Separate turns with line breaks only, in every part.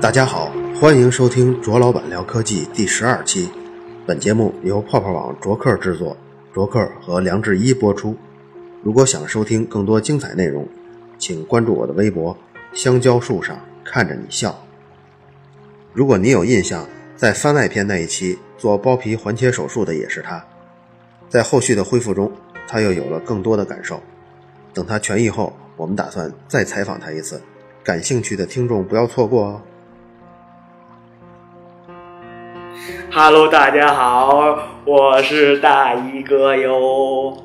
大家好，欢迎收听卓老板聊科技第十二期。本节目由泡泡网卓克制作，卓克和梁志一播出。如果想收听更多精彩内容，请关注我的微博“香蕉树上看着你笑”。如果你有印象，在番外篇那一期做包皮环切手术的也是他。在后续的恢复中，他又有了更多的感受。等他痊愈后，我们打算再采访他一次，感兴趣的听众不要错过哦。
Hello，大家好，我是大衣哥哟。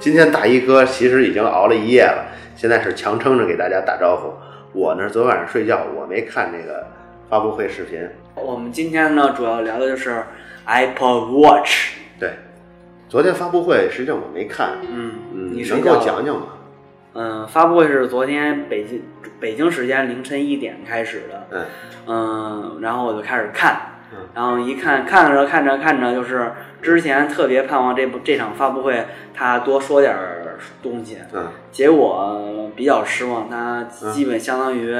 今天大衣哥其实已经熬了一夜了，现在是强撑着给大家打招呼。我呢，昨晚上睡觉我没看这个发布会视频。
我们今天呢，主要聊的就是 Apple Watch。
对，昨天发布会实际上我没看，
嗯，
嗯，
你睡
能
觉
给我
了
讲讲吗？
嗯，发布会是昨天北京北京时间凌晨一点开始的。
嗯
嗯，然后我就开始看
嗯，
然后一看看着看着看着，就是之前特别盼望这部这场发布会他多说点儿东西，
嗯
结果比较失望，他基本相当于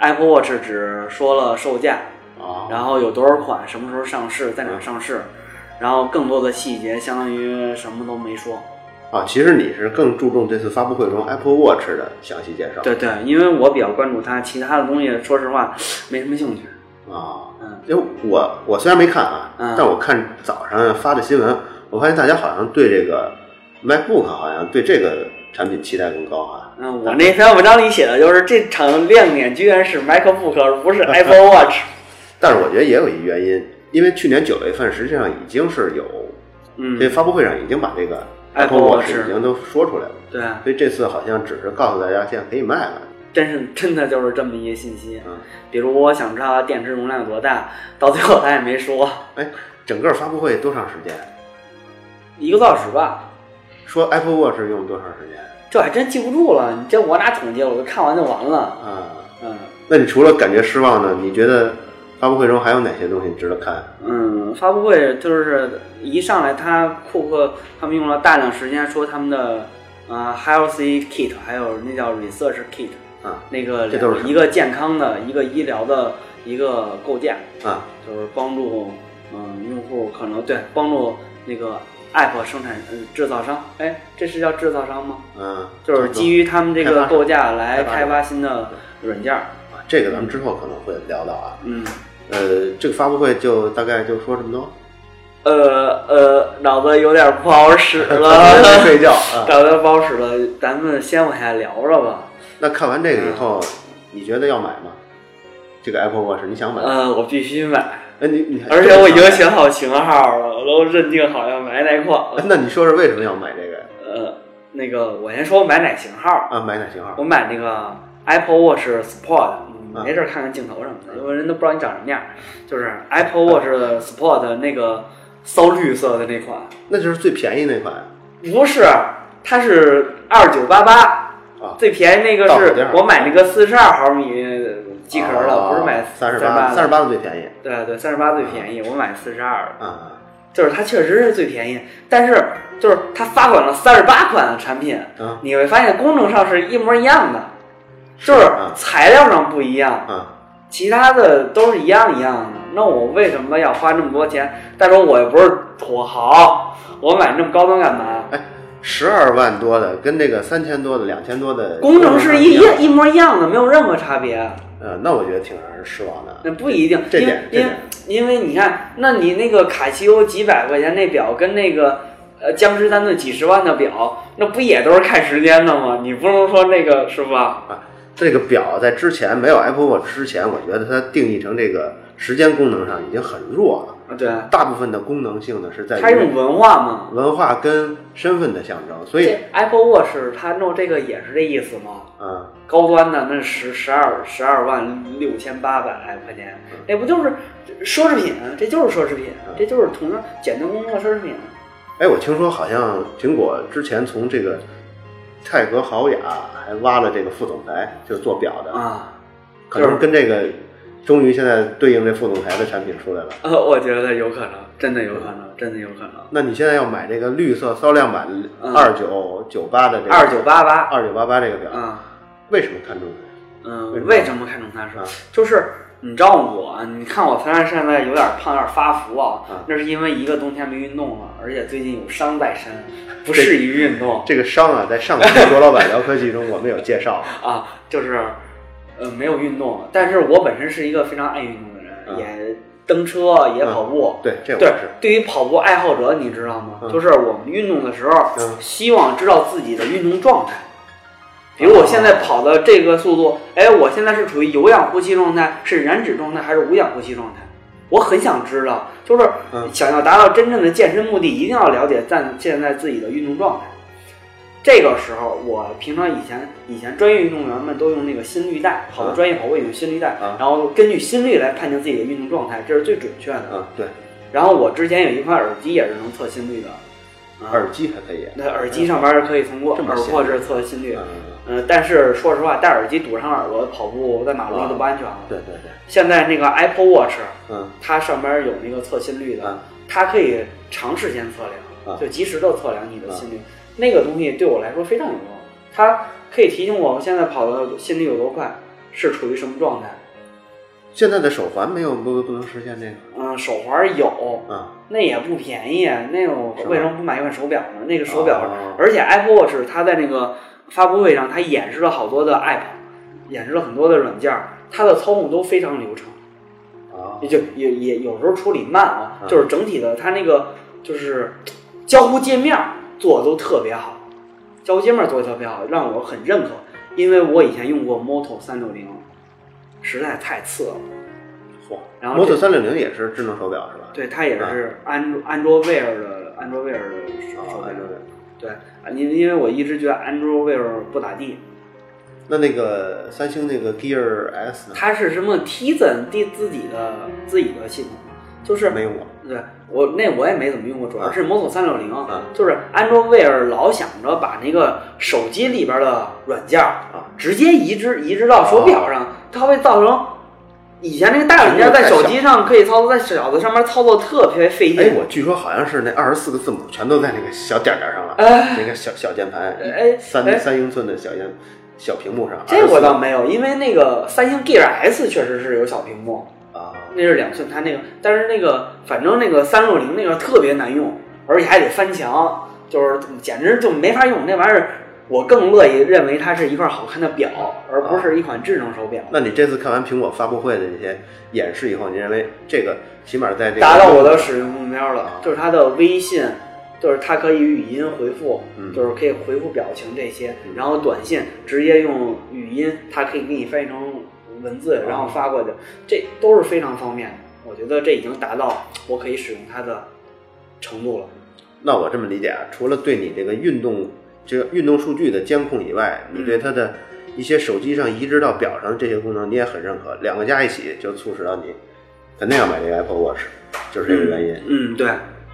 Apple Watch 只说了售价，
哦
然后有多少款，什么时候上市，在哪儿上市，然后更多的细节相当于什么都没说。
啊，其实你是更注重这次发布会中 Apple Watch 的详细介绍。
对对，因为我比较关注它，其他的东西说实话没什么兴趣。
啊，
嗯
因为我我虽然没看啊，
嗯
但我看早上发的新闻，我发现大家好像对这个 MacBook 好像对这个产品期待更高啊。
嗯，我那篇文章里写的就是这场亮点居然是 MacBook 而不是 Apple Watch。
但是我觉得也有一原因，因为去年九月份实际上已经是有
嗯，
这发布会上已经把这个
Apple
Apple Watch
Watch
已经都说出来了，
对，
所以这次好像只是告诉大家现在可以卖了。
真是真的就是这么一个信息。
嗯，
比如我想知道它电池容量有多大，到最后他也没说，
哎，整个发布会多长时间？
一个多小时吧，
说 Apple Watch 用多长时间？
这还真记不住了。你这我哪统计？我就看完就完了。
啊、
嗯。
那你除了感觉失望呢？你觉得发布会中还有哪些东西值得看？
嗯，发布会就是一上来，他库克他们用了大量时间说他们的啊、呃、healthy kit，还有那叫 research kit，
啊
那个
这都是什么
一个健康的，一个医疗的一个构架，
啊，
就是帮助嗯、用户可能对帮助那个 app 生产嗯制造商，哎，这是叫制造商吗？
嗯，
就是基
于
于他们这
开发
个
商
构架来
开发
开
商
发新的软件儿，
这个咱们之后可能会聊到啊。
嗯。
呃，这个发布会就大概就说这么多，
呃呃，脑子有点不好使
没
了，
睡觉啊。
找到包使了，咱们先往下聊聊吧。
那看完这个以
嗯
后，你觉得要买吗？这个 Apple Watch 你想买？
呃，我必须买，
哎，你你
嗯而且我已经
想
选好型号了，我都认定好要买哪款了。
那你说说为什么要买这个呀？
呃，那个我先说我买哪型号，
啊，买哪型号
我？买那个 Apple Watch Sport，你
嗯
没事儿看看镜头什么的，因为人都不知道你长什么样。就是 Apple Watch Sport 那个骚绿色的那款，
那就是最便宜那款。
不是，它是二九八八
啊，
最便宜那个
到手
是
价啊
我买那个四十二毫米机壳的，不是买
三
十
十八，三十
的。
八的最便宜
对对，三十八最便宜，我买四十二，
啊。
就是它确实是最便宜，但是就是它发管了三十八款的产品，
啊
你会发现功能上是一模一样的，就是
是啊
材料上不一样，
啊
其他的都是一样一样的。那我为什么要花那么多钱？再说我又不是土豪，我买那么高端干嘛？
十二万多的跟这个三千多的、两千多的
功能是一
样的
一一模一样的，没有任何差别。啊
呃，那我觉得挺让人失望的。
那不一定，
这
因为
点这
因为
点
因为你看，那你那个卡西欧几百块钱那表跟那个呃江诗丹顿几十万的表，那不也都是看时间的吗？你不能说那个是吧？
这个表在之前没有 Apple Watch 之前，我觉得它定义成这个时间功能上已经很弱了。
啊，对，
大部分的功能性呢是在
它一
于
种文化嘛。
文化跟身份的象征，所以
这 Apple Watch 它弄这个也是这意思吗？
啊
高端的那十十二十二万六千八百块钱，那不就是奢侈品？这就是奢侈品，这就是同样简单工作奢侈品。
哎，我听说好像苹果之前从这个泰格豪雅还挖了这个副总裁，就是做表的，
啊，
可能跟这个终于现在对应这副总裁的产品出来了。
呃， 我觉得有可能，真的有可能，真的有可能。
那你现在要买这个绿色骚亮版
嗯
二九九八的这个
二九八八，
二九八八这个表，
啊，
为什么看重
嗯，
为
为
什
什么看重他是吧
啊？
就是你知道我，你看我虽然现在有点胖，有点发福啊
啊，
那是因为一个冬天没运动了，而且最近有伤在 身，不适宜运动
这个伤啊？在上期卓老板聊科技中，我们有介绍。
啊，就是呃没有运动。但是我本身是一个非常爱运动的人，
嗯
也蹬车，也
嗯
跑步。
对，这我
对
是，
对于跑步爱好者，你知道吗？
嗯
就是我们运动的时候，
嗯
希望知道自己的运动状态。比
哦
如我现在跑的这个速度，哎，我现在是处于有氧呼吸状态，是燃脂状态，还是无氧呼吸状态？我很想知道，就是
嗯
想要达到真正的健身目的，一定要了解暂现在自己的运动状态。这个时候，我平常以前以前专业运动员们都用那个心率带，好
嗯
多专业跑步也用心率带，
嗯
然后根据心率来判定自己的运动状态，这是最准确的。
嗯，对，
然后我之前有一款耳机也是能测心率的，啊
耳机还可以。
那耳机上边儿可以通过
这么
耳
闲
廓是测心率。
嗯，
嗯、但是说实话，戴耳机堵上耳朵跑步在马路上
啊
都不安全了。
对对对，
现在那个 Apple Watch，
嗯
它上边儿有那个测心率的，
嗯
它可以长时间测量，
啊
就及时的测量你的心率。那个东西对我来说非常有用，它可以提醒我现在跑的心率有多快，是处于什么状态。
现在的手环没有不不能实现这个。
嗯，手环儿有，
嗯，
那也不便宜，啊那我
是吗
为什么不买一款手表呢？那个手表
哦
而且 Apple Watch 它在那个发布会上，它演示了好多的 App，演示了很多的软件儿，它的操控都非常流畅，
啊
也就也也有时候处理慢啊，
嗯
就是整体的它那个就是交互界面儿做的都特别好，交互界面儿做的特别好，让我很认可，因为我以前用过 Moto 三六零，实在太次了。
嚯
然后这
，Moto 三六零也是智能手表是吧？
对，它
嗯
也是安卓安卓 Wear 的安卓 Wear 的手手
啊，
表
对对对。
对，啊因因为我一直觉得安卓 Wear 不咋地，
那那个三星那个 Gear S 呢？
它是什么 Tizen 第自己的自己的系统，就是
没用过。
对我那我也没怎么用过，主要是 Moto 三六零
嗯，
就是安卓 Wear 老想着把那个手机里边的软件儿
啊
直接移植移植到手表上，它会造成。以前那个大软件在手机上可以操作，在小的上面操作特别费劲。
哎，我据说好像是那二十四个字母全都在那个小点儿点儿上了，
呃
那个小小键盘，
哎哎
三三英寸的小键小屏幕上。
这我
倒
倒没有，因为那个三星 Gear S 确实是有小屏幕，
啊，
那是两寸，它那个，但是那个反正那个三六零那个特别难用，而且还得翻墙，就是简直就没法用那玩意儿。我更乐意认为它是一块好看的表，而不是一款智能手表，
那你这次看完苹果发布会的这些演示以后，你认为这个起码在这个
达到我的使用目标了
啊。
就是它的微信，就是它可以语音回复，
嗯
就是可以回复表情这些，
嗯
然后短信直接用语音，它可以给你翻译成文字，然后发过去，这都是非常方便的。我觉得这已经达到我可以使用它的程度了。
那我这么理解啊，除了对你这个运动这个运动数据的监控以外，
嗯
你对它的一些手机上移植到表上的这些功能你也很认可，两个加一起就促使到你肯定要买这个 Apple Watch，就是这个原因。
嗯，对，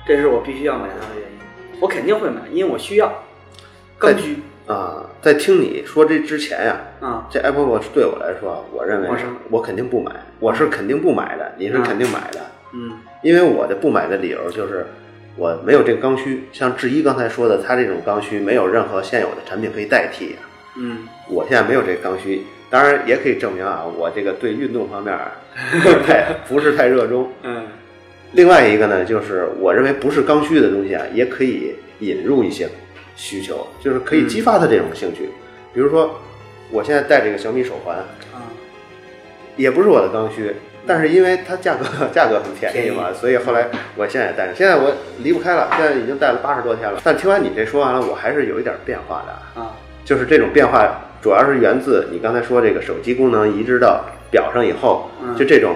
这是我必须要买它的原因。我肯定会买，因为我需要，刚需
啊，在听你说这之前呀、
啊。
这 Apple Watch 对我来说啊，我认为
我是
我肯定不买，我是肯定不买的，你是
嗯
肯定买的，
嗯
因为我的不买的理由就是我没有这个刚需。像志一刚才说的，他这种刚需没有任何现有的产品可以代替，
嗯，
我现在没有这个刚需。当然也可以证明啊，我这个对运动方面啊不是 太不是太热衷。
嗯，
另外一个呢，就是我认为不是刚需的东西啊，也可以引入一些需求，就是可以激发他这种兴趣。比如说，我现在戴这个小米手环，
啊，
也不是我的刚需，但是因为它价格价格很便宜嘛，所以后来我现在也戴上。现在我离不开了，现在已经戴了八十多天了。但听完你这说完了，我还是有一点变化的，
啊，
就是这种变化主要是源自你刚才说这个手机功能移植到表上以后
嗯，
就这种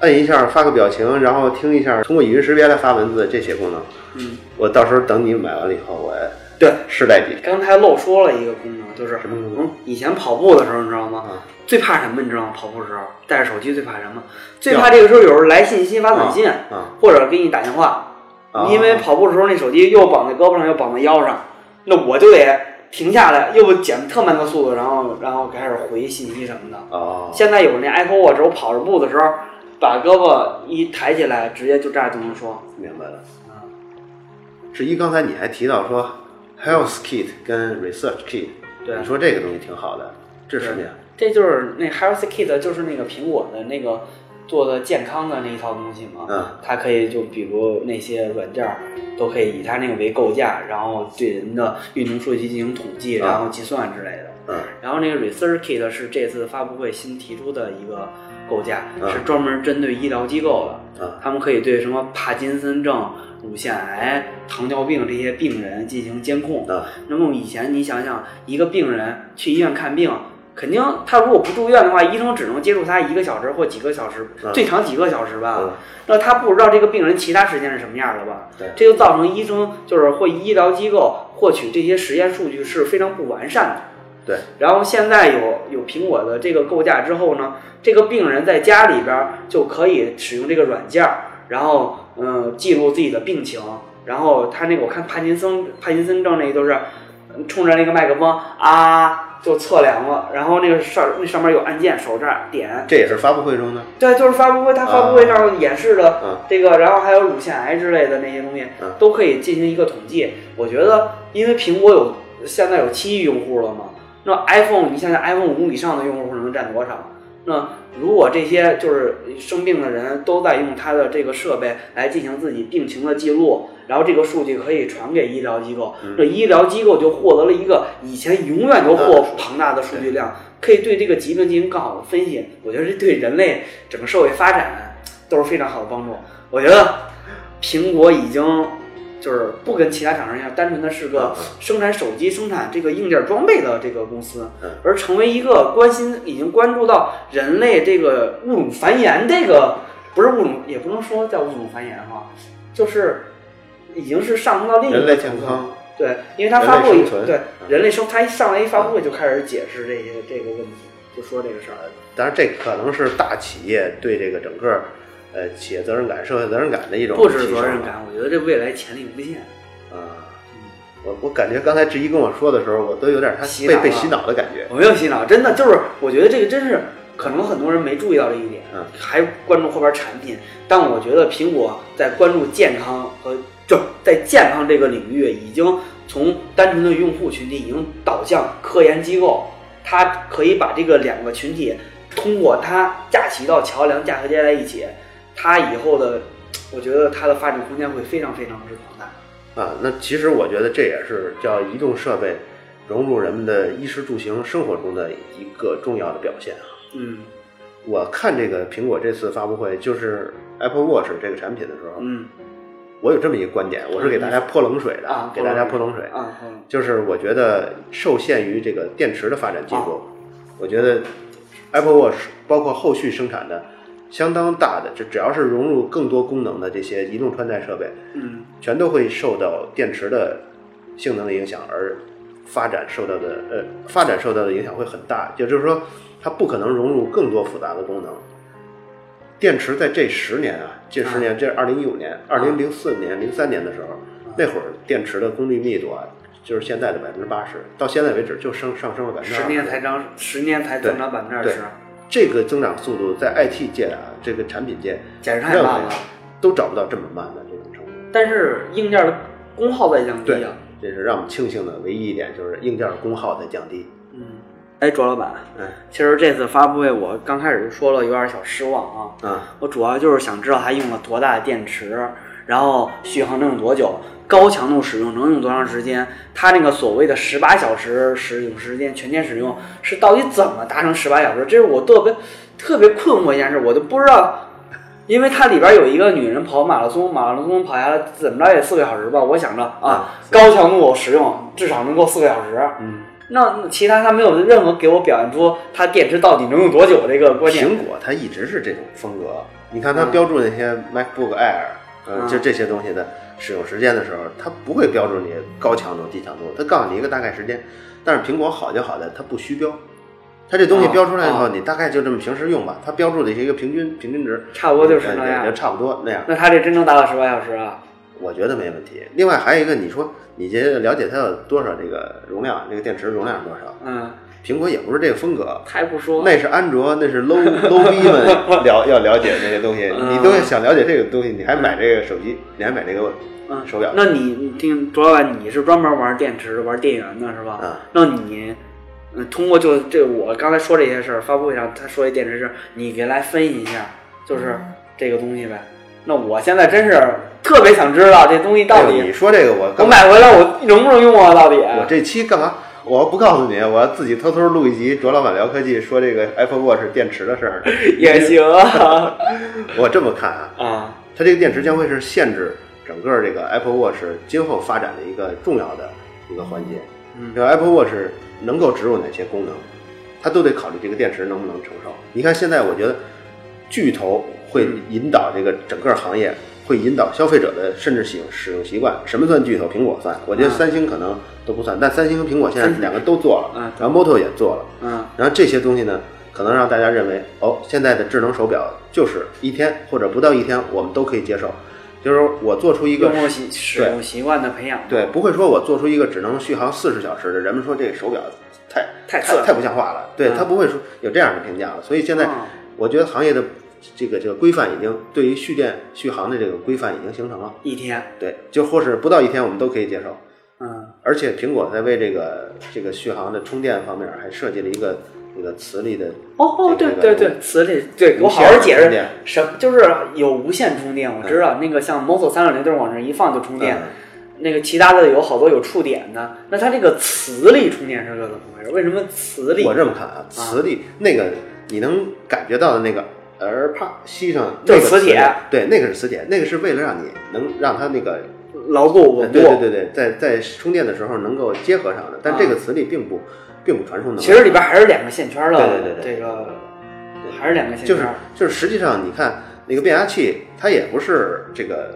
摁一下发个表情，然后听一下，通过语音识别来发文字这些功能。
嗯，
我到时候等你买完了以后，我
对，
试戴几天。
刚才漏说了一个功能，就是
什么功能
嗯，以前跑步的时候，你知道吗？
啊
最怕什么？你知道吗？跑步时候带着手机最怕什么？最怕这个时候有人来信息发短信，
啊
或者给你打电话，
啊！
因为跑步的时候那手机又绑在胳膊上，又绑在腰上，那我就得停下来，又减特慢的速度，然后然后开始回信息什么的。
哦，
现在有那 Apple Watch，我跑着步的时候，把胳膊一抬起来，直接就这样就能说。
明白了。
嗯
至于刚才你还提到说 health kit 跟 research kit，
对
你说这个东西挺好的，这十年，
这就是那 Healthy Kit，就是那个苹果的那个做的健康的那一套东西嘛。
嗯，
它可以就比如那些软件儿都可以以它那个为构架，然后对人的运动数据进行统计，
啊
然后计算之类
嗯，
的。然后那个 Research Kit 是这次发布会新提出的一个构架，
嗯
是专门针对医疗机构的。
啊，
他们可以对什么帕金森症、乳腺癌、糖尿病这些病人进行监控。
啊，
那么以前你想想，一个病人去医院看病，肯定他如果不住院的话，医生只能接触他一个小时或几个小时，
嗯
最长几个小时吧。
嗯
那他不知道这个病人其他时间是什么样的吧？
对
这就造成医生就是或医疗机构获取这些实验数据是非常不完善的。
对，
然后现在有有苹果的这个构架之后呢，这个病人在家里边儿就可以使用这个软件儿，然后嗯、记录自己的病情，然后他那个我看帕金森帕金森症那个就是嗯冲着那个麦克风啊就测量了，然后那个上那上面有按键手这儿点，
这也是发布会中的，
对，就是发布会他发布
啊
会上演示的
嗯
这个，然后还有乳腺癌之类的那些东西
嗯
都可以进行一个统计。我觉得，因为苹果有现在有七亿用户了嘛，那 iPhone 你现在 iPhone 五以上的用户能占多少？那如果这些就是生病的人都在用它的这个设备来进行自己病情的记录，然后这个数据可以传给医疗机构，
嗯
这医疗机构就获得了一个以前永远都获
嗯
庞大的数据量，可以对这个疾病进行更好的分析。我觉得这对人类整个社会发展都是非常好的帮助。我觉得苹果已经就是不跟其他厂商一样，单纯的是个
嗯
生产手机、生产这个硬件装备的这个公司
嗯，
而成为一个关心、已经关注到人类这个物种繁衍这个不是物种，也不能说叫物种繁衍哈，就是已经是上升到另一个
人类
层
健
次
康，
对，因为他发布
人类
一
生存
对
嗯
人类生，他一上来一发布会就开始解释这些这个问题，就说这个事儿。
当然这可能是大企业对这个整个呃企业责任感、社会责任感的一种
不止
提升
责任感，我觉得这未来潜力无限。
啊。
嗯，
我我感觉刚才志一跟我说的时候，我都有点他
洗脑
被
了
被洗脑的感觉。
我没有洗脑，真的就是我觉得这个真是可能很多人没注意到这一点，
嗯
还关注后边产品。但我觉得苹果在关注健康和就是在健康这个领域，已经从单纯的用户群体已经导向科研机构，它可以把这个两个群体通过它架起一道桥梁架合接在一起，它以后的我觉得它的发展空间会非常非常之庞大。
啊，那其实我觉得这也是叫移动设备融入人们的衣食住行生活中的一个重要的表现啊。
嗯
我看这个苹果这次发布会，就是 Apple Watch 这个产品的时候，
嗯
我有这么一个观点，我是给大家泼冷水的，
啊
给大家
泼
泼冷水。
啊嗯
就是我觉得受限于这个电池的发展技术，我觉得 Apple Watch 包括后续生产的相当大的，这只要是融入更多功能的这些移动穿戴设备，
嗯
全都会受到电池的性能的影响，而发展受到的呃发展受到的影响会很大。也就是说，它不可能融入更多复杂的功能。电池在这十年啊，这十年，这二零一五
啊
年、二零零四年、零三年的时候，那会儿电池的功率密度啊，就是现在的百分之八十，到现在为止就升上升了百分之
十年才涨，十年才增长百分之二
对
十，
这个增长速度在 IT 界啊，这个产品界
简直太
任
慢啊
何
了。
都找不到这么慢的这种程度。
但是硬件的功耗在降低
对
啊。，
这是让我们庆幸的唯一一点，就是硬件功耗在降低。
嗯，哎，卓老板，
嗯
其实这次发布会我刚开始就说了，有点小失望啊。
啊，
我主要就是想知道它用了多大的电池，然后续航能有多久，高强度使用能用多长时间？它那个所谓的十八小时使用时间，全天使用是到底怎么达成十八小时？这是我特别特别困惑一件事，我就不知道。因为它里边有一个女人跑马拉松，马拉松跑下来怎么着也四个小时吧，我想着啊，高强度使用至少能够四个小时。
嗯，
那那其他它没有任何给我表现出它电池到底能用多久这个观点。
苹果它一直是这种风格。你看它标注那些 MacBook Air，
嗯
嗯，就这些东西的使用时间的时候，它不会标注你高强度、低强度，它告诉你一个大概时间。但是苹果好就好在它不虚标，它这东西
哦
标出来以后，
哦
你大概就这么平时用吧。它标注的是一个平均平均值，
差不多就是那样
也差不多那样。
那他这真能达到十八小时啊？
我觉得没问题。另外还有一个，你说你这了解它有多少这个容量，这个电池容量是多少？
嗯，
苹果也不是这个风格，
太不说。
那是安卓，那是 low low 逼 们了要了解这些东西，
嗯
你都想了解这个东西，你还买这个手机，你还买这个
嗯，
手表
那你你听卓老板，你是专门玩电池、玩电源的是吧？
啊？
那你嗯，通过就这我刚才说这些事儿，发布会上他说一电池是，你给来分析一下，就是这个东西呗。嗯那我现在真是特别想知道这东西到
哎呦你
底，
说这个我
我
刚
买回来我能不能用啊？到底？
我这期干嘛？我要不告诉你，我要自己偷偷录一集卓老板聊科技，说这 个 Apple Watch 电池的事儿呢。
也行 啊。
我这么看啊，
啊，
它这个电池将会是限制整个这个 Apple Watch 今后发展的一个重要的一个环节。
嗯
这个 Apple Watch 能够植入哪些功能，它都得考虑这个电池能不能承受。你看现在，我觉得巨头会
嗯
引导这个整个行业，会引导消费者的甚至使用使用习惯。什么算巨头？苹果算，我觉得
啊
三星可能都不算，但三星和苹果现在
三星
两个都做了，
啊
然后 Moto 也做了，
嗯
然后这些东西呢，可能让大家认为，哦，现在的智能手表就是一天或者不到一天，我们都可以接受。就是说我做出一个
用户习使用习惯的培养，
对，不会说我做出一个只能续航四十小时的，人们说这个手表太
太次
太
了
太不像话了，对、
嗯
他不会说有这样的评价了。所以现在
嗯
我觉得行业的这个这个规范已经对于蓄电续航的这个规范已经形成了，
一天，
对，就或是不到一天我们都可以接受。
嗯
而且苹果在为这个这个续航的充电方面还设计了一个这个磁力的
哦哦，对
这个
对对，磁力，对
无
我好好
线
解
充
释
电嗯
什么就是有无线充电，我知道那个像 Moto 三六零就是往那儿一放就充电，那个其他的有好多有触点的，那它这个磁力充电是个怎么回事？为什么磁力？
我这么看啊，磁力、那个你能感觉到的那个，而啪吸上那
对
个
磁
力
铁，
对，那个是磁铁，那个是为了让你能让它那个，
牢固
对
稳固。
对对对，在在充电的时候能够结合上的，但
啊
这个磁力并不并不传输能量，
其实里边还是两个线圈的，
对对对对
这个还是两个线圈。
就是就是实际上你看那个变压器，它也不是这个。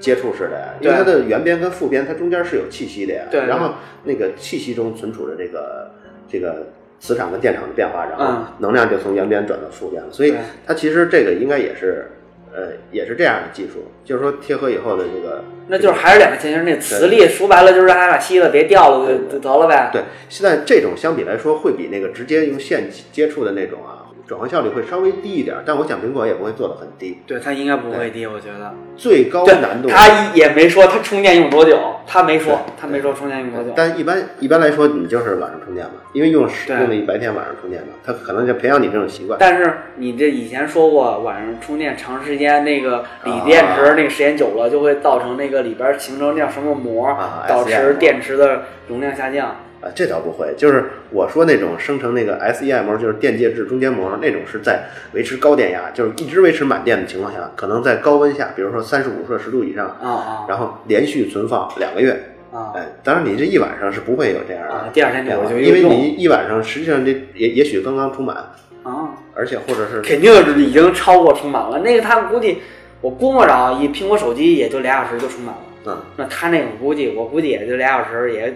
接触式的呀，因为
对
它的原边跟副边，它中间是有气息的呀。
对对
然后那个气息中存储着这个这个磁场跟电场的变化，然后
嗯
能量就从原边转到副边了。所以
对
它其实这个应该也是，呃，也是这样的技术，就是说贴合以后的这个，
那就是还是两个线圈，那磁力说白了就是让它俩吸了，别掉了就就得了呗。
对，现在这种相比来说，会比那个直接用线接触的那种啊，转换效率会稍微低一点，但我想苹果也不会做的很低。
对，它应该不会低，我觉得。
最高
对
难度，
他也没说他充电用多久，他没说，他没说充电用多久。
但一般一般来说，你就是晚上充电嘛，因为用时
对
用了一白天，晚上充电嘛，它可能就培养你这种习惯。
但是你这以前说过，晚上充电长时间，那个锂电池
啊
那个时间久了，就会造成那个里边形成叫什么膜
啊，
导
SEM
致电池的容量下降。
啊，这倒不会，就是我说那种生成那个 SEM 膜，就是电介质中间膜那种，是在维持高电压，就是一直维持满电的情况下，可能在高温下，比如说三十五摄氏度以上，
啊
然后连续存放两个月。
啊啊！
哎，当然你这一晚上是不会有这样
啊
的
第二天
变化，
我就
因为
用
你一晚上实际上这也也许刚刚充满，
啊，
而且或者是
肯定是已经超过充满了。那个他们估计，我估摸着啊，一苹果手机也就俩小时就充满了。
嗯，
那他那个估计，我估计也就俩小时，也，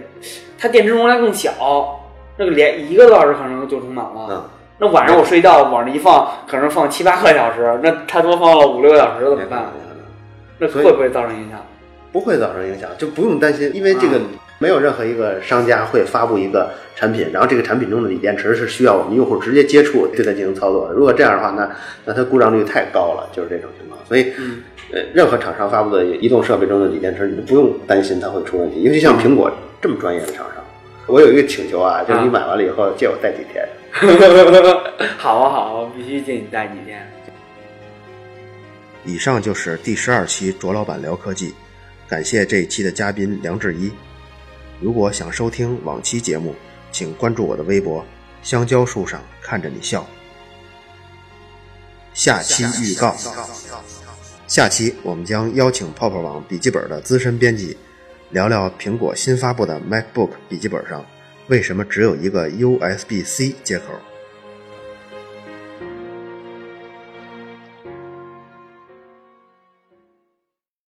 它电池容量更小，那个连一个多小时可能就充满了。
嗯
那晚上我睡觉往那一放，可能放七八个小时，那他多放了五六个小时怎么办？那
所以
会不会造成影响？
嗯 不会造成影响，就不用担心，因为这个
嗯
没有任何一个商家会发布一个产品，然后这个产品中的锂电池是需要我们用户直接接触对它进行操作的。如果这样的话，那那它故障率太高了，就是这种情况。所以，
嗯
呃，任何厂商发布的移动设备中的锂电池，你都不用担心它会出问题，尤其
嗯
像苹果这么专业的厂商。我有一个请求啊，就是你
啊
买完了以后借我带几天。
好啊好啊，我必须借你带几天。
以上就是第十二期卓老板聊科技，感谢这一期的嘉宾梁志一。如果想收听往期节目，请关注我的微博“香蕉树上看着你笑”。下期预告：下期我们将邀请泡泡网笔记本的资深编辑，聊聊苹果新发布的 MacBook 笔记本上为什么只有一个 USB-C 接口。